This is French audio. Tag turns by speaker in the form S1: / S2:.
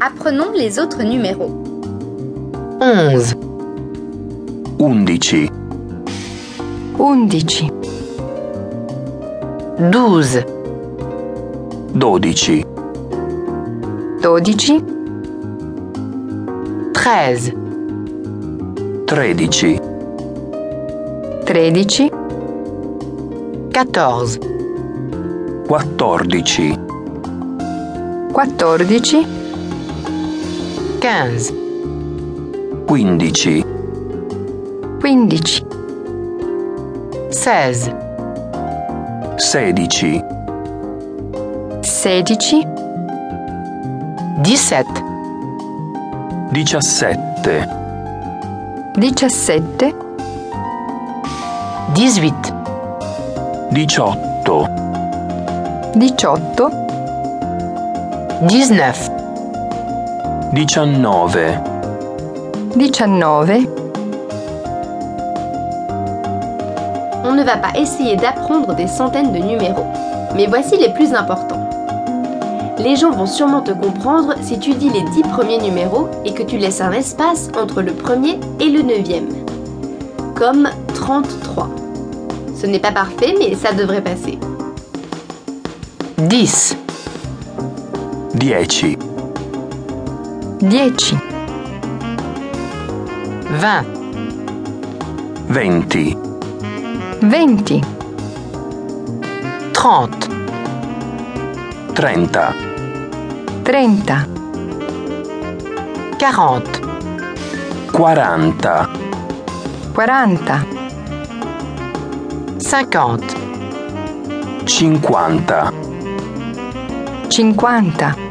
S1: Apprenons les autres numéros.
S2: 11,
S3: 11,
S4: 11,
S2: 12,
S3: 12,
S4: 12,
S2: 13,
S3: 13,
S4: 13,
S2: 14,
S3: 14,
S4: 14,
S2: 15,
S3: 15,
S4: 15,
S2: 16,
S3: 16,
S4: 16,
S2: 17,
S3: 17,
S4: 17,
S2: 18,
S3: 18,
S4: 18,
S2: 19,
S3: 19,
S4: 19.
S1: On ne va pas essayer d'apprendre des centaines de numéros, mais voici les plus importants. Les gens vont sûrement te comprendre si tu dis les dix premiers numéros et que tu laisses un espace entre le premier et le neuvième. Comme 33. Ce n'est pas parfait, mais ça devrait passer.
S2: 10,
S3: 10,
S4: 10,
S2: 20,
S3: 20,
S4: 20,
S2: 30,
S3: 30,
S4: 30,
S2: 40,
S3: 40,
S4: 40,
S2: 50,
S3: 50,
S4: 50,